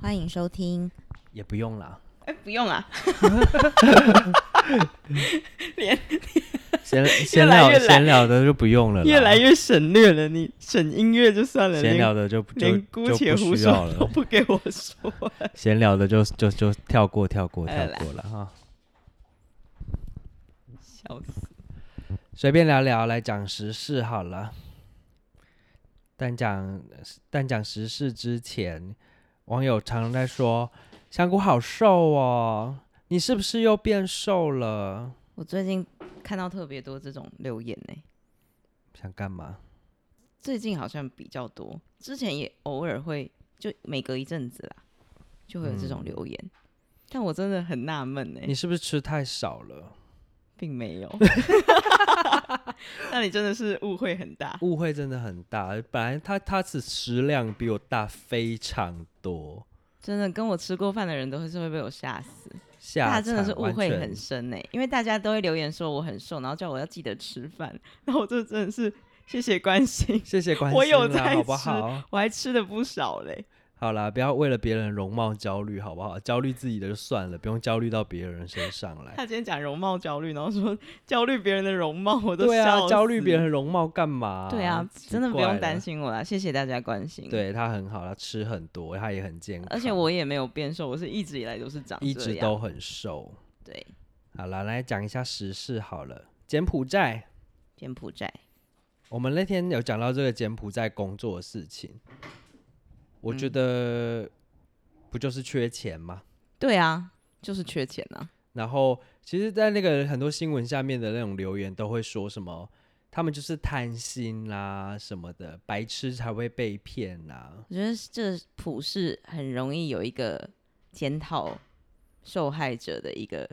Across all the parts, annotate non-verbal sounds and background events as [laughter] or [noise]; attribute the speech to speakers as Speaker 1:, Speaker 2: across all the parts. Speaker 1: 欢迎收听。
Speaker 2: 也不用
Speaker 3: [laughs]
Speaker 2: 啦，
Speaker 3: 哎、不用啊，连
Speaker 2: 闲闲
Speaker 3: 来
Speaker 2: 聊
Speaker 3: 越懒
Speaker 2: 闲聊的就不用了啦，
Speaker 3: 越来越省略了你，省音乐就算了，
Speaker 2: 闲聊
Speaker 3: 连
Speaker 2: 的就不就
Speaker 3: 连姑
Speaker 2: 就
Speaker 3: 且
Speaker 2: 不
Speaker 3: 胡
Speaker 2: 需要
Speaker 3: 说都
Speaker 2: 了，
Speaker 3: 不给我说。
Speaker 2: 闲聊的就就就跳过跳过
Speaker 3: 哎
Speaker 2: 跳
Speaker 3: 来
Speaker 2: 过了哈，
Speaker 3: 笑死！
Speaker 2: 随便聊聊来讲时事好了。但讲但讲时事之前，网友常在说香菇好瘦哦，你是不是又变瘦了？
Speaker 3: [laughs] 我最近看到特别多这种留言呢、
Speaker 2: 想干嘛？
Speaker 3: 最近好像比较多，之前也偶尔会，就每隔一阵子啦，就会有这种留言。但我真的很纳闷呢，
Speaker 2: 嗯你是不是吃太少了？
Speaker 3: 并没
Speaker 2: [laughs]
Speaker 3: 有。那你真的是误会很大。
Speaker 2: 误会真的很大，本来他他是食量比我大非常多，
Speaker 3: 真的跟我吃过饭的人都是会被我吓死，
Speaker 2: 下
Speaker 3: 大家真的是
Speaker 2: 场
Speaker 3: 误
Speaker 2: 完
Speaker 3: 会
Speaker 2: 全
Speaker 3: 很深呢、因为大家都会留言说我很瘦，然后叫我要记得吃饭，然后我就真的是谢谢关心，
Speaker 2: 谢谢关心啦，
Speaker 3: 我有在
Speaker 2: 好不
Speaker 3: 吃
Speaker 2: 好？
Speaker 3: 我还吃了不少嘞。
Speaker 2: 好啦，不要为了别人的容貌焦虑，好不好？焦虑自己的就算了，不用焦虑到别人身上
Speaker 3: [laughs]
Speaker 2: 来。
Speaker 3: 他今天讲容貌焦虑，然后说焦虑别人的容貌，我都
Speaker 2: 对
Speaker 3: 笑
Speaker 2: 啊，
Speaker 3: 死
Speaker 2: 焦虑别人的容貌干嘛？
Speaker 3: 对啊，
Speaker 2: 奇
Speaker 3: 真的不
Speaker 2: 怪
Speaker 3: 用
Speaker 2: 了
Speaker 3: 担。心我啦，谢谢大家关心。，
Speaker 2: 对他很好，他吃很多，他也很健康，
Speaker 3: 而且我也没有变瘦，我是一直以来都是长这
Speaker 2: 一
Speaker 3: 样，
Speaker 2: 直都很瘦。
Speaker 3: 对。
Speaker 2: 好啦，来讲一下时事好了。柬埔寨，
Speaker 3: 柬埔寨，
Speaker 2: 我们那天有讲到这个柬埔寨工作的事情，我觉得不就是缺钱吗？
Speaker 3: 对啊，就是缺钱啊。
Speaker 2: 然后，其实，在那个很多新闻下面的那种留言，都会说什么他们就是贪心啦、什么的，白痴才会被骗啊啦、
Speaker 3: 我觉得这普世很容易有一个检讨受害者的一个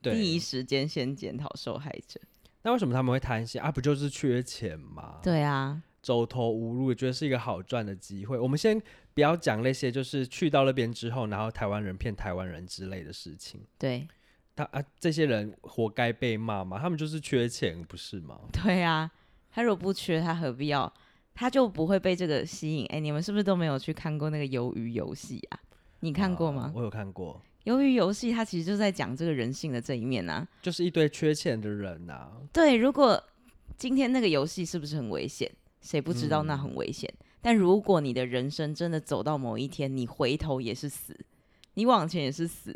Speaker 3: 第一
Speaker 2: 对，
Speaker 3: 时间先检讨受害者。
Speaker 2: 那为什么他们会贪心啊？不就是缺钱吗？
Speaker 3: 对啊，
Speaker 2: 走投无路，觉得是一个好赚的机会。我们先不要讲那些，就是去到那边之后，然后台湾人骗台湾人之类的事情。
Speaker 3: 对
Speaker 2: 他啊，这些人活该被骂嘛？他们就是缺钱，不是吗？
Speaker 3: 对啊，他如果不缺，他何必要？他就不会被这个吸引。哎、你们是不是都没有去看过那个《鱿鱼游戏》啊？你
Speaker 2: 你
Speaker 3: 看过吗？
Speaker 2: 啊我有看过，
Speaker 3: 鱿鱼游戏它其实就在讲这个人性的这一面啊。
Speaker 2: 就是一堆缺钱的人啊呐、
Speaker 3: 对，如果今天那个游戏是不是很危险？谁不知道那很危险？
Speaker 2: 嗯
Speaker 3: 但如果你的人生真的走到某一天，你回头也是死，你往前也是死，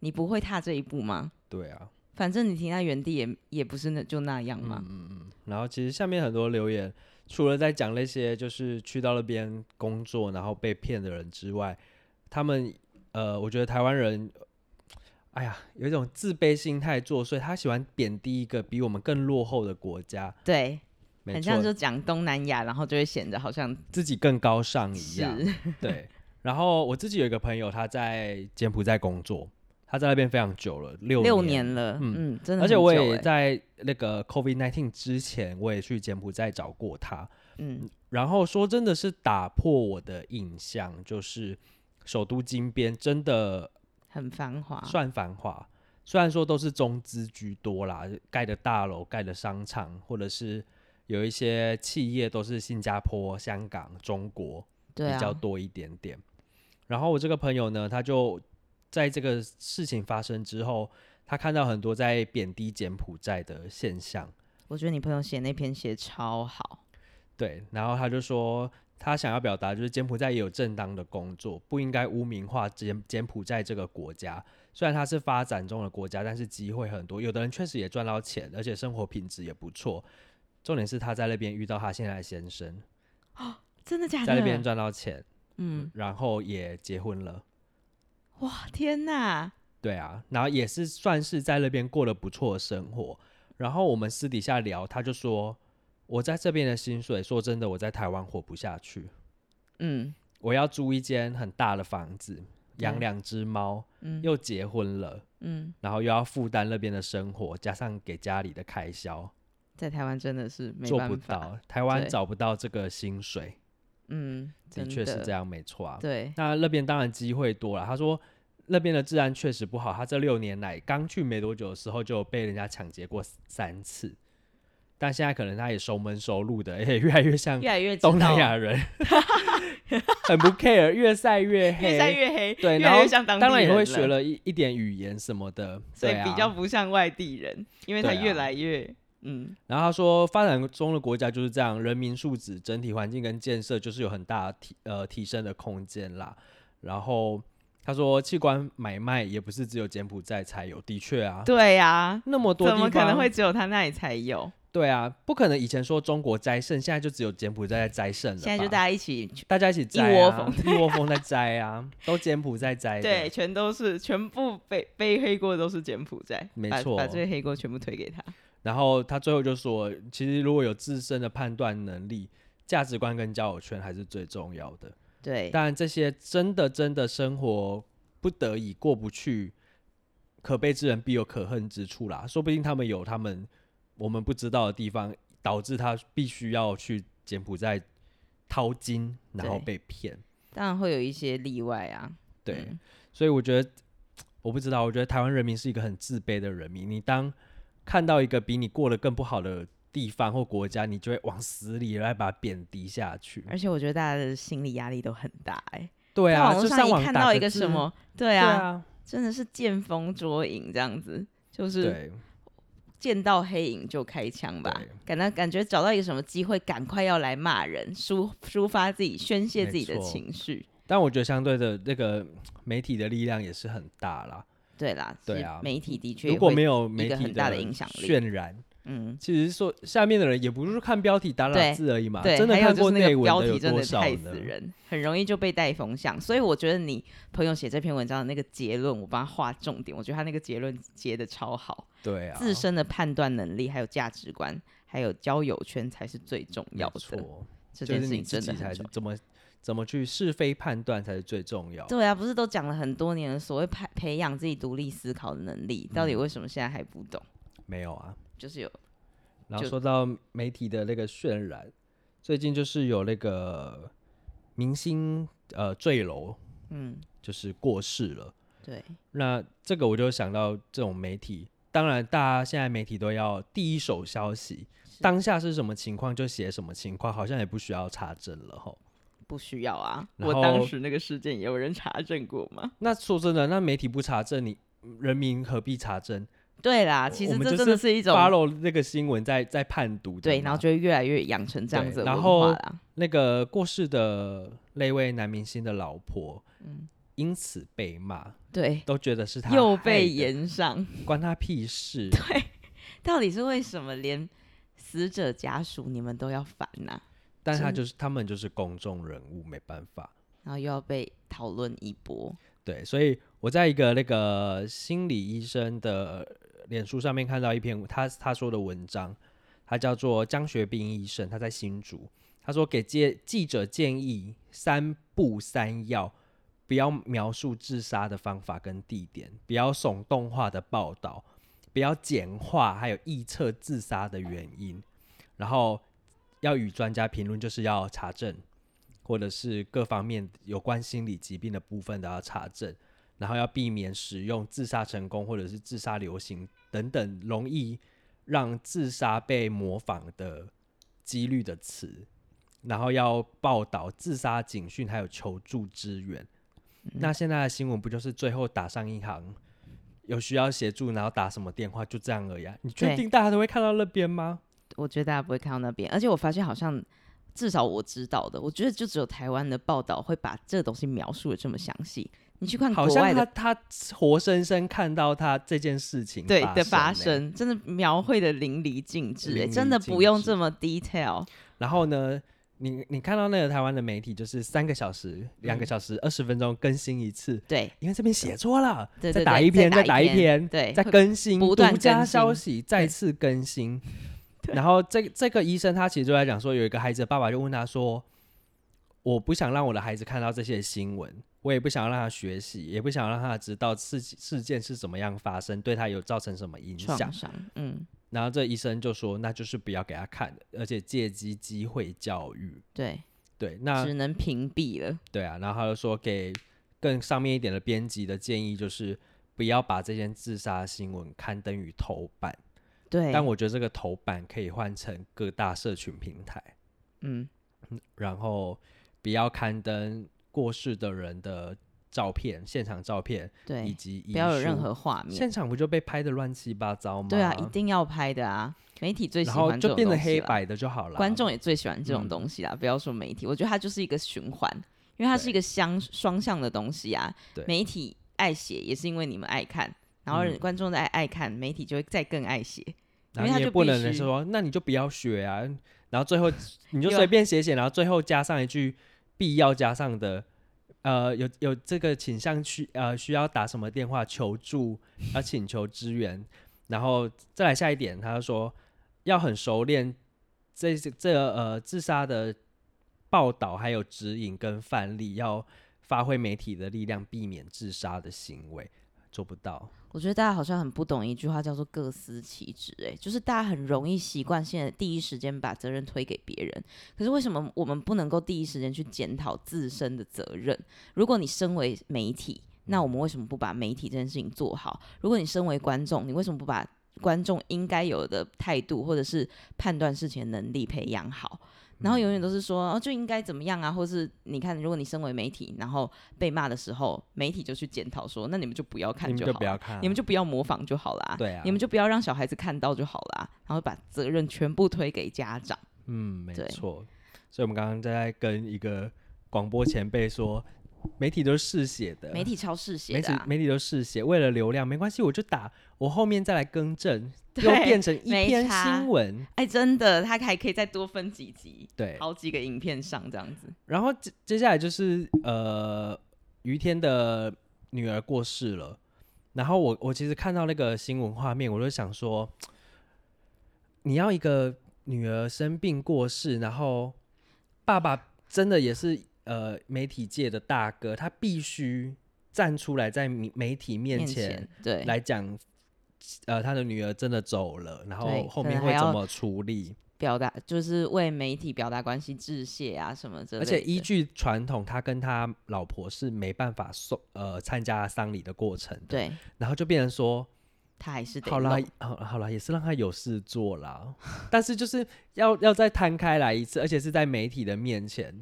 Speaker 3: 你不会踏这一步吗？
Speaker 2: 对啊，
Speaker 3: 反正你停在原地也也不是那就那样嘛。
Speaker 2: 嗯然后其实下面很多留言，除了在讲那些就是去到那边工作然后被骗的人之外，他们呃，我觉得台湾人，哎呀，有一种自卑心态作祟，他喜欢贬低一个比我们更落后的国家，
Speaker 3: 对，
Speaker 2: 没
Speaker 3: 很像就
Speaker 2: 错，
Speaker 3: 讲东南亚，然后就会显得好像
Speaker 2: 自己更高尚一
Speaker 3: 是
Speaker 2: 样，
Speaker 3: [laughs]
Speaker 2: 对。然后我自己有一个朋友，他在柬埔寨工作，他在那边非常久了，六
Speaker 3: 六
Speaker 2: 年
Speaker 3: 年了，
Speaker 2: 嗯
Speaker 3: 嗯真的
Speaker 2: 而
Speaker 3: 很久欸、
Speaker 2: 且我也在那个 COVID nineteen 之前，我也去柬埔寨找过他。
Speaker 3: 嗯，
Speaker 2: 然后说真的是打破我的印象，就是首都金边真的
Speaker 3: 很繁华，
Speaker 2: 算繁华，虽然说都是中资居多啦，盖的大楼、盖的商场，或者是有一些企业都是新加坡、香港、中国
Speaker 3: 对
Speaker 2: 比较
Speaker 3: 啊，
Speaker 2: 多一点点。然后我这个朋友呢，他就在这个事情发生之后，他看到很多在贬低柬埔寨的现象。
Speaker 3: 我觉得你朋友写那篇写超好，
Speaker 2: 对，然后他就说，他想要表达就是柬埔寨也有正当的工作，不应该污名化柬柬埔寨这个国家。虽然它是发展中的国家，但是机会很多，有的人确实也赚到钱，而且生活品质也不错。重点是他在那边遇到他现在的先生，
Speaker 3: 真的假的？
Speaker 2: 在那边赚到钱，
Speaker 3: 嗯，
Speaker 2: 然后也结婚了。
Speaker 3: 哇，天哪！
Speaker 2: 对啊，然后也是算是在那边过得不错的生活。然后我们私底下聊，他就说，我在这边的薪水，说真的，我在台湾活不下去。
Speaker 3: 嗯，
Speaker 2: 我要租一间很大的房子，养
Speaker 3: 对
Speaker 2: 两只猫，
Speaker 3: 嗯
Speaker 2: 又结婚了，
Speaker 3: 嗯，
Speaker 2: 然后又要负担那边的生活，加上给家里的开销，
Speaker 3: 在台湾真的是没
Speaker 2: 做
Speaker 3: 办
Speaker 2: 不
Speaker 3: 法，
Speaker 2: 到。台湾
Speaker 3: 对
Speaker 2: 找不到这个薪水，
Speaker 3: 嗯，
Speaker 2: 的
Speaker 3: 真
Speaker 2: 确是
Speaker 3: 的
Speaker 2: 这样，没错啊。
Speaker 3: 对，
Speaker 2: 那那边当然机会多了。他说那边的治安确实不好，他这六年来刚去没多久的时候就被人家抢劫过三次，但现在可能他也熟门熟路的，而且越来越像
Speaker 3: 越来越知
Speaker 2: 嗯东南
Speaker 3: 道
Speaker 2: 亚人，很不 care，越晒越黑，
Speaker 3: 越晒越黑，
Speaker 2: 对，
Speaker 3: 越
Speaker 2: 然
Speaker 3: 来
Speaker 2: 后
Speaker 3: 越像当地
Speaker 2: 当然也
Speaker 3: 人
Speaker 2: 会学
Speaker 3: 了，
Speaker 2: 了一一点语言什么的，
Speaker 3: 所以
Speaker 2: 对啊
Speaker 3: 比较不像外地人，因为他
Speaker 2: 对
Speaker 3: 越
Speaker 2: 啊
Speaker 3: 来越嗯
Speaker 2: 然后他说，发展中的国家就是这样，人民素质、整体环境跟建设就是有很大提呃提升的空间啦。然后他说，器官买卖也不是只有柬埔寨才有，的确
Speaker 3: [laughs]
Speaker 2: 啊，
Speaker 3: 对呀、
Speaker 2: 那么多
Speaker 3: 怎
Speaker 2: 地
Speaker 3: 么
Speaker 2: 方
Speaker 3: 可能会只有他那里才有？
Speaker 2: 对啊，不可能以前说中国摘肾，现在就只有柬埔寨在摘肾了吧。
Speaker 3: 现在就大家一起去，
Speaker 2: 大家一起摘、啊，
Speaker 3: 一窝蜂，
Speaker 2: 一窝蜂在摘啊， [laughs] 都柬埔寨摘的。
Speaker 3: 对，，全都是全部背背黑锅的都是柬埔寨，
Speaker 2: 没
Speaker 3: 把
Speaker 2: 错
Speaker 3: 把这些黑锅全部推给他。
Speaker 2: 然后他最后就说，其实如果有自身的判断能力、价值观跟交友圈还是最重要的。
Speaker 3: 对，
Speaker 2: 当然，这些真的真的生活不得已过不去，可悲之人必有可恨之处啦。说不定他们有他们我们不知道的地方，导致他必须要去柬埔寨掏金，然后
Speaker 3: 对
Speaker 2: 被骗。
Speaker 3: 当然会有一些例外啊。
Speaker 2: 对，
Speaker 3: 嗯
Speaker 2: 所以我觉得，我不知道，我觉得台湾人民是一个很自卑的人民。你当看到一个比你过得更不好的地方或国家，你就会往死里来把它贬低下去。
Speaker 3: 而且我觉得大家的心理压力都很大哎、
Speaker 2: 对
Speaker 3: 在
Speaker 2: 啊，
Speaker 3: 网
Speaker 2: 就
Speaker 3: 络
Speaker 2: 上
Speaker 3: 上
Speaker 2: 网
Speaker 3: 一看
Speaker 2: 打
Speaker 3: 到一个
Speaker 2: 字
Speaker 3: 什，么，对
Speaker 2: 对
Speaker 3: 啊，
Speaker 2: 啊，
Speaker 3: 真的是见风捉影这样子，就是
Speaker 2: 对啊
Speaker 3: 见到黑影就开枪吧
Speaker 2: 对，
Speaker 3: 感到感觉找到一个什么机会，赶快要来骂人，抒抒发自己、宣泄
Speaker 2: 没
Speaker 3: 自己的
Speaker 2: 错
Speaker 3: 情绪。
Speaker 2: 但我觉得相对的那个媒体的力量也是很大啦。
Speaker 3: 对啦，
Speaker 2: 对
Speaker 3: 是
Speaker 2: 啊
Speaker 3: 媒体的确
Speaker 2: 如果
Speaker 3: 会
Speaker 2: 没有媒
Speaker 3: 一个
Speaker 2: 体
Speaker 3: 很大的影响力
Speaker 2: 渲染，
Speaker 3: 嗯，
Speaker 2: 其实说下面的人也不是看标题打打
Speaker 3: 对
Speaker 2: 字而已嘛，
Speaker 3: 对，
Speaker 2: 啊真的
Speaker 3: 还有
Speaker 2: 看
Speaker 3: 就
Speaker 2: 过
Speaker 3: 是
Speaker 2: 内
Speaker 3: 那个
Speaker 2: 文
Speaker 3: 标
Speaker 2: 有
Speaker 3: 题真
Speaker 2: 多
Speaker 3: 的
Speaker 2: 少
Speaker 3: 太
Speaker 2: 呢
Speaker 3: 死人，很容易就被带风向。所以我觉得你朋友写这篇文章的那个结论，我帮他画重点，我觉得他那个结论结的超好。
Speaker 2: 对啊，
Speaker 3: 自身的判断能力，还有价值观，还有交友圈才是最重
Speaker 2: 没
Speaker 3: 要的。
Speaker 2: 错，
Speaker 3: 这
Speaker 2: 就
Speaker 3: 件
Speaker 2: 是
Speaker 3: 事
Speaker 2: 你
Speaker 3: 情
Speaker 2: 自
Speaker 3: 真
Speaker 2: 己
Speaker 3: 的
Speaker 2: 才
Speaker 3: 很
Speaker 2: 是
Speaker 3: 重要。
Speaker 2: 怎么怎么去是非判断才是最重要。
Speaker 3: 对啊，不是都讲了很多年了，所谓培培养自己独立思考的能力，到底
Speaker 2: 嗯
Speaker 3: 为什么现在还不懂？
Speaker 2: 没有啊。
Speaker 3: 就是有
Speaker 2: 然后
Speaker 3: 就
Speaker 2: 说到媒体的那个渲染，最近就是有那个明星呃坠楼，
Speaker 3: 嗯，
Speaker 2: 就是过世了。
Speaker 3: 对
Speaker 2: 那这个我就想到这种媒体，当然大家现在媒体都要第一手消息，当下是什么情况就写什么情况，好像也不需要查证了吼。
Speaker 3: 不需要啊。
Speaker 2: 然
Speaker 3: 我
Speaker 2: 后
Speaker 3: 当时那个事件也有人查证过嘛？
Speaker 2: 那说真的，那媒体不查证，你嗯人民何必查证？
Speaker 3: 对啦，
Speaker 2: 我
Speaker 3: 其
Speaker 2: 我
Speaker 3: 实
Speaker 2: 们
Speaker 3: 这
Speaker 2: 就
Speaker 3: 真的
Speaker 2: 是
Speaker 3: 是一种
Speaker 2: follow 那个新闻在在判读的
Speaker 3: 对，
Speaker 2: 嘛
Speaker 3: 然后就会越来越养成这样
Speaker 2: 对
Speaker 3: 子的
Speaker 2: 然
Speaker 3: 文
Speaker 2: 后
Speaker 3: 化啦。
Speaker 2: 那个过世的那位男明星的老婆，因此被骂，
Speaker 3: 对，
Speaker 2: 都觉得是他
Speaker 3: 又
Speaker 2: 害
Speaker 3: 被
Speaker 2: 的，
Speaker 3: 延上，
Speaker 2: 关他屁
Speaker 3: [laughs]
Speaker 2: 事。
Speaker 3: 到底是为什么连死者家属你们都要烦呐、
Speaker 2: 但他
Speaker 3: 真
Speaker 2: 就是他们就是公众人物，没办法。
Speaker 3: 然后又要被讨论一波？
Speaker 2: 对，所以我在一个那个心理医生的脸书上面看到一篇他他说的文章，他叫做张学斌医生，他在新竹，他说给记记者建议三不三要，不要描述自杀的方法跟地点，不要耸动化的报道，不要简化，还有臆测自杀的原因，然后要与专家评论，就是要查证。或者是各方面有关心理疾病的部分都要查证，然后要避免使用自杀成功或者是自杀流行等等容易让自杀被模仿的几率的词，然后要报道自杀警讯还有求助支援。那现在的新闻不就是最后打上银行？有需要协助，然后打什么电话，就这样而已、啊。你确
Speaker 3: 对
Speaker 2: 定大家都会看到那边吗？
Speaker 3: 我觉得大家不会看到那边，而且我发现好像至少我知道的，我觉得就只有台湾的报道会把这东西描述的这么详细。你去看国
Speaker 2: 好像
Speaker 3: 外
Speaker 2: 他
Speaker 3: 的
Speaker 2: 他活生生看到他这件事情
Speaker 3: 对的
Speaker 2: 发
Speaker 3: 发
Speaker 2: 生欸
Speaker 3: 生，真的描绘的淋漓尽致、欸，
Speaker 2: 淋漓
Speaker 3: 真的
Speaker 2: 尽
Speaker 3: 不用
Speaker 2: 致
Speaker 3: 这么 detail。
Speaker 2: 然后呢，你你看到那个台湾的媒体就是三个小时、两个小时、二十分钟更新一次，
Speaker 3: 嗯对
Speaker 2: 因为这边写错了，
Speaker 3: 对
Speaker 2: 再
Speaker 3: 对
Speaker 2: 打
Speaker 3: 对
Speaker 2: 一篇，
Speaker 3: 再
Speaker 2: 再
Speaker 3: 打
Speaker 2: 打一
Speaker 3: 一
Speaker 2: 篇，
Speaker 3: 对，
Speaker 2: 再
Speaker 3: 哎会
Speaker 2: 更新，
Speaker 3: 不断
Speaker 2: 独家
Speaker 3: 更新
Speaker 2: 消息再次更新。 [laughs] 然后这这个医生他其实就在讲说，有一个孩子的爸爸就问他说：“我不想让我的孩子看到这些新闻，我也不想让他学习，也不想让他知道事事件是怎么样发生，对他有造成什么影响。”
Speaker 3: 创伤，嗯，
Speaker 2: 然后这医生就说，那就是不要给他看，而且借机机会教育。
Speaker 3: 对，
Speaker 2: 对，那
Speaker 3: 只能屏蔽了。
Speaker 2: 对啊，然后他就说给更上面一点的编辑的建议就是，不要把这件自杀新闻刊登于头版。
Speaker 3: 对，
Speaker 2: 但我觉得这个头版可以换成各大社群平台，
Speaker 3: 嗯，
Speaker 2: 然后不要刊登过世的人的照片、现场照片以
Speaker 3: 对，
Speaker 2: 及遗
Speaker 3: 不要有任
Speaker 2: 书
Speaker 3: 何画面。
Speaker 2: 现场不就被拍的乱七八糟吗？
Speaker 3: 对啊，一定要拍的啊！媒体最喜
Speaker 2: 然后
Speaker 3: 欢
Speaker 2: 就
Speaker 3: 这种
Speaker 2: 变得
Speaker 3: 东西
Speaker 2: 黑
Speaker 3: 啦
Speaker 2: 白的就好了。
Speaker 3: 观众也最喜欢这种
Speaker 2: 嗯
Speaker 3: 东西啦。不要说媒体，我觉得它就是一个循环，因为它是一个相双向的东西啊
Speaker 2: 对。
Speaker 3: 媒体爱写也是因为你们爱看，然后
Speaker 2: 嗯
Speaker 3: 观众再爱看，媒体就会再更爱写。
Speaker 2: 然
Speaker 3: 因为
Speaker 2: 后
Speaker 3: 他
Speaker 2: 你也
Speaker 3: 就
Speaker 2: 不
Speaker 3: 必
Speaker 2: 能
Speaker 3: 须
Speaker 2: 说，那你就不要学啊。然后最
Speaker 3: [laughs]
Speaker 2: 后你就
Speaker 3: 有
Speaker 2: 随便写写，然后最后加上一句必要加上的，呃，有有这个倾向需呃需要打什么电话求助，要请求支援。然后再来下一点，他就说要很熟练这这呃自杀的报道，还有指引跟范例，要发挥媒体的力量，避免自杀的行为，做不到。
Speaker 3: 我觉得大家好像很不懂一句话叫做“各司其职”，哎，就是大家很容易习惯性的第一时间把责任推给别人。可是为什么我们不能够第一时间去检讨自身的责任？如果你身为媒体，那我们为什么不把媒体这件事情做好？如果你身为观众，你为什么不把观众应该有的态度或者是判断事情的能力培养好？然后
Speaker 2: 嗯
Speaker 3: 永远都是说哦就应该怎么样啊，或是你看，如果你身为媒体，然后被骂的时候，媒体就去检讨说，那你们就不要看
Speaker 2: 你们
Speaker 3: 就
Speaker 2: 就
Speaker 3: 好
Speaker 2: 不
Speaker 3: 了
Speaker 2: 要看啊、
Speaker 3: 你们就不要模仿就好啦。
Speaker 2: 对啊
Speaker 3: 你们就不要让小孩子看到就好啦，然后把责任全部推给家长。
Speaker 2: 嗯，没
Speaker 3: 对
Speaker 2: 错。所以我们刚刚在跟一个广播前辈说，媒体都是嗜血的，
Speaker 3: 媒体超嗜血
Speaker 2: 呃媒
Speaker 3: 的、
Speaker 2: 体
Speaker 3: 啊，
Speaker 2: 媒体都是嗜血，为了流量没关系，我就打，我后面再来更正，
Speaker 3: [laughs] 对
Speaker 2: 又变成一
Speaker 3: 没
Speaker 2: 篇
Speaker 3: 差
Speaker 2: 新闻。
Speaker 3: 哎，真的，他还可以再多分几集，
Speaker 2: 对，
Speaker 3: 好几个影片上这样子。
Speaker 2: 然后接接下来就是呃，于天的女儿过世了，然后我我其实看到那个新闻画面，我就想说，你要一个女儿生病过世，然后爸爸真的也是呃媒体界的大哥，他必须站出来在媒媒体面前
Speaker 3: 前对，
Speaker 2: 来讲。呃，他的女儿真的走了，然后
Speaker 3: 对
Speaker 2: 后
Speaker 3: 可
Speaker 2: 面
Speaker 3: 能
Speaker 2: 会
Speaker 3: 还
Speaker 2: 怎
Speaker 3: 要
Speaker 2: 么处理？
Speaker 3: 表达就是为媒体表达关系致谢啊什么之类
Speaker 2: 而
Speaker 3: 的。
Speaker 2: 且依据传统，他跟他老婆是没办法送呃参加丧礼的过程的，
Speaker 3: 对
Speaker 2: 然后就变成说，
Speaker 3: 他还是得
Speaker 2: 好啦
Speaker 3: 弄，
Speaker 2: 好好啦，也是让他有事做啦， [laughs] 但是就是要要再摊开来一次，而且是在媒体的面前，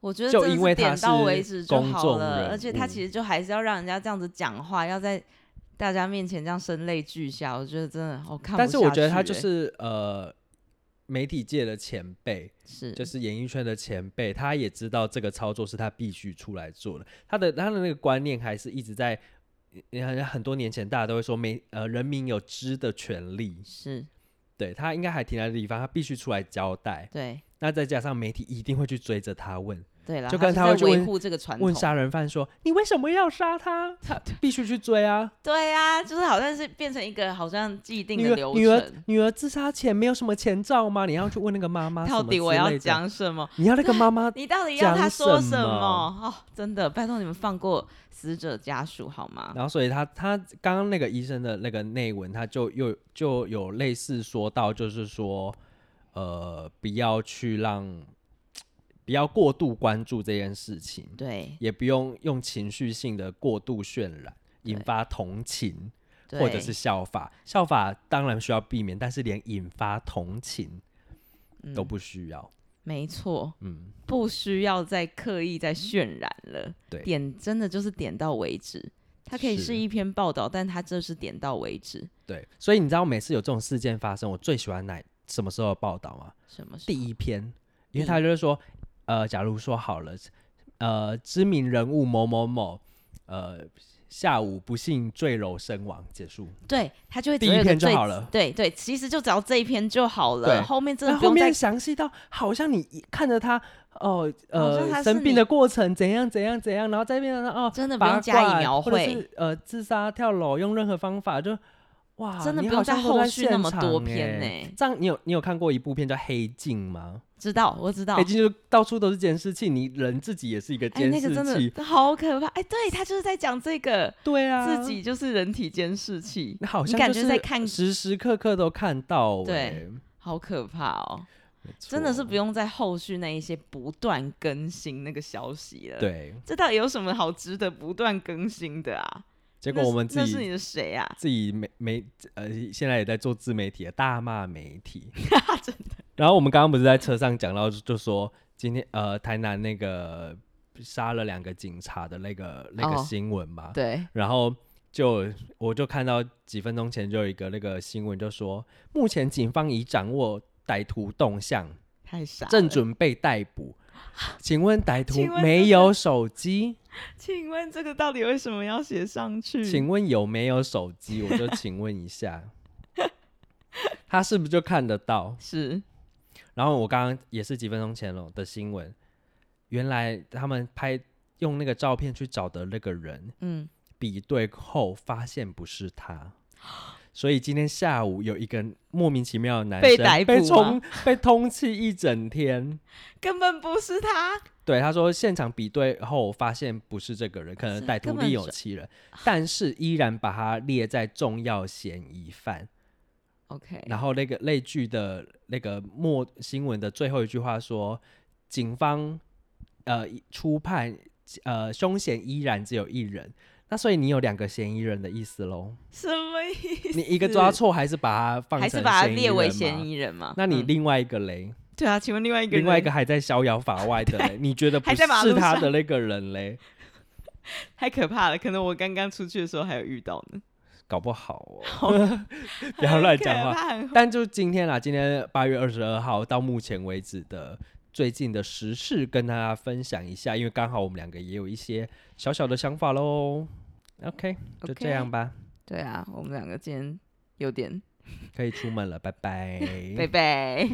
Speaker 3: 我觉得
Speaker 2: 就
Speaker 3: 真的
Speaker 2: 因为他
Speaker 3: 点到
Speaker 2: 是
Speaker 3: 为止就
Speaker 2: 公
Speaker 3: 好
Speaker 2: 众
Speaker 3: 了，
Speaker 2: 人嗯
Speaker 3: 而且他
Speaker 2: 物
Speaker 3: 其实就还是要让人家这样子讲话，要在大家面前这样声泪俱下，我觉得真的好、看不下去欸。
Speaker 2: 但是我觉得他就是呃媒体界的前辈，
Speaker 3: 是
Speaker 2: 就是演艺圈的前辈，他也知道这个操作是他必须出来做的。他的他的那个观念还是一直在，你看很多年前大家都会说没呃人民有知的权利，
Speaker 3: 是，
Speaker 2: 对他应该还停在的地方，他必须出来交代。
Speaker 3: 对
Speaker 2: 那再加上媒体一定会去追着他问，
Speaker 3: 对啦，
Speaker 2: 就跟
Speaker 3: 他
Speaker 2: 他会去
Speaker 3: 是在维
Speaker 2: 问
Speaker 3: 护这个传统
Speaker 2: 问。杀人犯说你为什么要杀他？他必须去追啊！
Speaker 3: 对啊，就是好像是变成一个好像既定
Speaker 2: 女
Speaker 3: 的
Speaker 2: 儿
Speaker 3: 流
Speaker 2: [laughs] 女儿
Speaker 3: 程。
Speaker 2: 女儿自杀前没有什么前兆吗？你要去问那个妈妈什
Speaker 3: 到
Speaker 2: 么
Speaker 3: 底
Speaker 2: 之
Speaker 3: 我要
Speaker 2: 类的，
Speaker 3: 讲什么？
Speaker 2: 你要那个妈妈
Speaker 3: 你到底要他
Speaker 2: 讲
Speaker 3: 说
Speaker 2: 什
Speaker 3: 什么
Speaker 2: 么？
Speaker 3: 哦，真的，拜托你们放过死者家属好吗？
Speaker 2: 然后，所以他他刚刚那个医生的那个内文，他就又就有类似说到，就是说，呃，不要去让，不要过度关注这件事情，
Speaker 3: 对，
Speaker 2: 也不用用情绪性的过度渲染，引
Speaker 3: 对
Speaker 2: 发同情
Speaker 3: 对
Speaker 2: 或者是效法。效法当然需要避免，但是连引发同情都不需要。
Speaker 3: 嗯没错，
Speaker 2: 嗯，
Speaker 3: 不需要再刻意再渲染了。
Speaker 2: 对
Speaker 3: 点真的就是点到为止。它可以
Speaker 2: 是
Speaker 3: 是一篇报道，但它就是点到为止。
Speaker 2: 对。所以你知道每次有这种事件发生，我最喜欢哪什么时候的报道吗？
Speaker 3: 什么时
Speaker 2: 第
Speaker 3: 候？
Speaker 2: 一篇，因
Speaker 3: 第
Speaker 2: 为
Speaker 3: 一
Speaker 2: 他就是说，呃，假如说好了，呃，知名人物某某某，呃，下午不幸坠楼身亡，结束。
Speaker 3: 对，它就会
Speaker 2: 第
Speaker 3: 只会
Speaker 2: 一
Speaker 3: 有个
Speaker 2: 篇就
Speaker 3: 最
Speaker 2: 好了
Speaker 3: 对对，其实就只要这一篇就好
Speaker 2: 对
Speaker 3: 了，后面真
Speaker 2: 那
Speaker 3: 的不
Speaker 2: 后
Speaker 3: 用再
Speaker 2: 面详细到好像你一看着他，哦，
Speaker 3: 好像他
Speaker 2: 呃，
Speaker 3: 是
Speaker 2: 生病
Speaker 3: 你
Speaker 2: 的过程怎样怎样怎样，然后再变成哦，
Speaker 3: 真的不
Speaker 2: 拔
Speaker 3: 用加
Speaker 2: 罐
Speaker 3: 以描
Speaker 2: 或者
Speaker 3: 绘，
Speaker 2: 是呃，自杀、跳楼，用任何方法就。哇，
Speaker 3: 真的
Speaker 2: 你
Speaker 3: 不用
Speaker 2: 好像
Speaker 3: 在
Speaker 2: 都
Speaker 3: 后
Speaker 2: 在
Speaker 3: 续那
Speaker 2: 现
Speaker 3: 么多
Speaker 2: 场
Speaker 3: 篇
Speaker 2: 欸
Speaker 3: 呢
Speaker 2: 这样，你有你有看过一部片叫《黑镜》吗？
Speaker 3: 知道，我知道
Speaker 2: 黑。镜就是到处都是监视器，你人自己也是一个
Speaker 3: 哦哎，
Speaker 2: 监
Speaker 3: 那
Speaker 2: 视器。
Speaker 3: 个真的好可怕！哎，对他就是在讲这个，
Speaker 2: 对啊，
Speaker 3: 自己就是人体监视器，
Speaker 2: 那好
Speaker 3: 你
Speaker 2: 像
Speaker 3: 感
Speaker 2: 就
Speaker 3: 觉
Speaker 2: 是
Speaker 3: 在看
Speaker 2: 时时刻刻都看到、欸，
Speaker 3: 对好可怕哦！
Speaker 2: 没错，
Speaker 3: 真的是不用在后续那一些不断更新那个消息了。，
Speaker 2: 对。
Speaker 3: 这到底有什么好值得不断更新的啊？
Speaker 2: 结果
Speaker 3: 那
Speaker 2: 我
Speaker 3: 是
Speaker 2: 们自
Speaker 3: 那是你
Speaker 2: 己
Speaker 3: 的谁啊？
Speaker 2: 自己媒媒呃，现在也在做自媒体，大骂媒体。
Speaker 3: [laughs] 真的
Speaker 2: 然后我们刚刚不是在车上讲到，就说今天呃台南那个杀了两个警察的那个那个
Speaker 3: 哦
Speaker 2: 新闻嘛，
Speaker 3: 对，
Speaker 2: 然后就我就看到几分钟前就有一个那个新闻，就说目前警方已掌握歹徒动向，
Speaker 3: 太傻了。
Speaker 2: 正，准备逮捕。请问歹徒
Speaker 3: 请问这
Speaker 2: 没
Speaker 3: 是
Speaker 2: 有手机？
Speaker 3: 请问这个到底为什么要写上去？
Speaker 2: 请问有没有手机？我就请问一下，他是不是就看得到？
Speaker 3: 是
Speaker 2: 然后我刚刚也是几分钟前了的新闻，原来他们拍用那个照片去找的那个人，
Speaker 3: 嗯，
Speaker 2: 比对后发现不是他，所以今天下午有一个莫名其妙的男生
Speaker 3: 被逮捕
Speaker 2: 被
Speaker 3: 吗
Speaker 2: 通被通缉一整天。
Speaker 3: 根本不是他，
Speaker 2: 对，他说现场比对后发现不是这个人，可能
Speaker 3: 是
Speaker 2: 歹徒
Speaker 3: 根本
Speaker 2: 另有
Speaker 3: 是
Speaker 2: 其人，但是依然把他列在重要嫌疑犯。
Speaker 3: OK，
Speaker 2: 然后那个那句的那个末新闻的最后一句话说，警方呃初判呃凶嫌依然只有一人，那所以你有两个嫌疑人的意思喽？
Speaker 3: 什么意思？
Speaker 2: 你一个抓错还是把它放
Speaker 3: 还
Speaker 2: 成
Speaker 3: 是把它
Speaker 2: 嫌疑
Speaker 3: 列为
Speaker 2: 人吗
Speaker 3: 嫌？疑人嘛？
Speaker 2: 那你
Speaker 3: 嗯
Speaker 2: 另外一个嘞，
Speaker 3: [laughs] 对啊，请问另外一个
Speaker 2: 另外一
Speaker 3: 人
Speaker 2: 个还在逍遥法外的嘞，你觉得不
Speaker 3: 还在马
Speaker 2: 是
Speaker 3: 路
Speaker 2: 他
Speaker 3: 上
Speaker 2: 的那个人嘞？
Speaker 3: 太可怕了，可能我刚刚出去的时候还有遇到呢。
Speaker 2: 搞不好哦， [laughs] 不要乱讲
Speaker 3: [laughs]
Speaker 2: 话。
Speaker 3: 话，很
Speaker 2: 但就今天啦，今天八月二十二号到目前为止的最近的时事，跟大家分享一下，因为刚好我们两个也有一些小小的想法喽。OK，就这样。吧
Speaker 3: 对啊，我们两个今天有点 [laughs]
Speaker 2: 可以出门了，拜拜。
Speaker 3: 拜拜。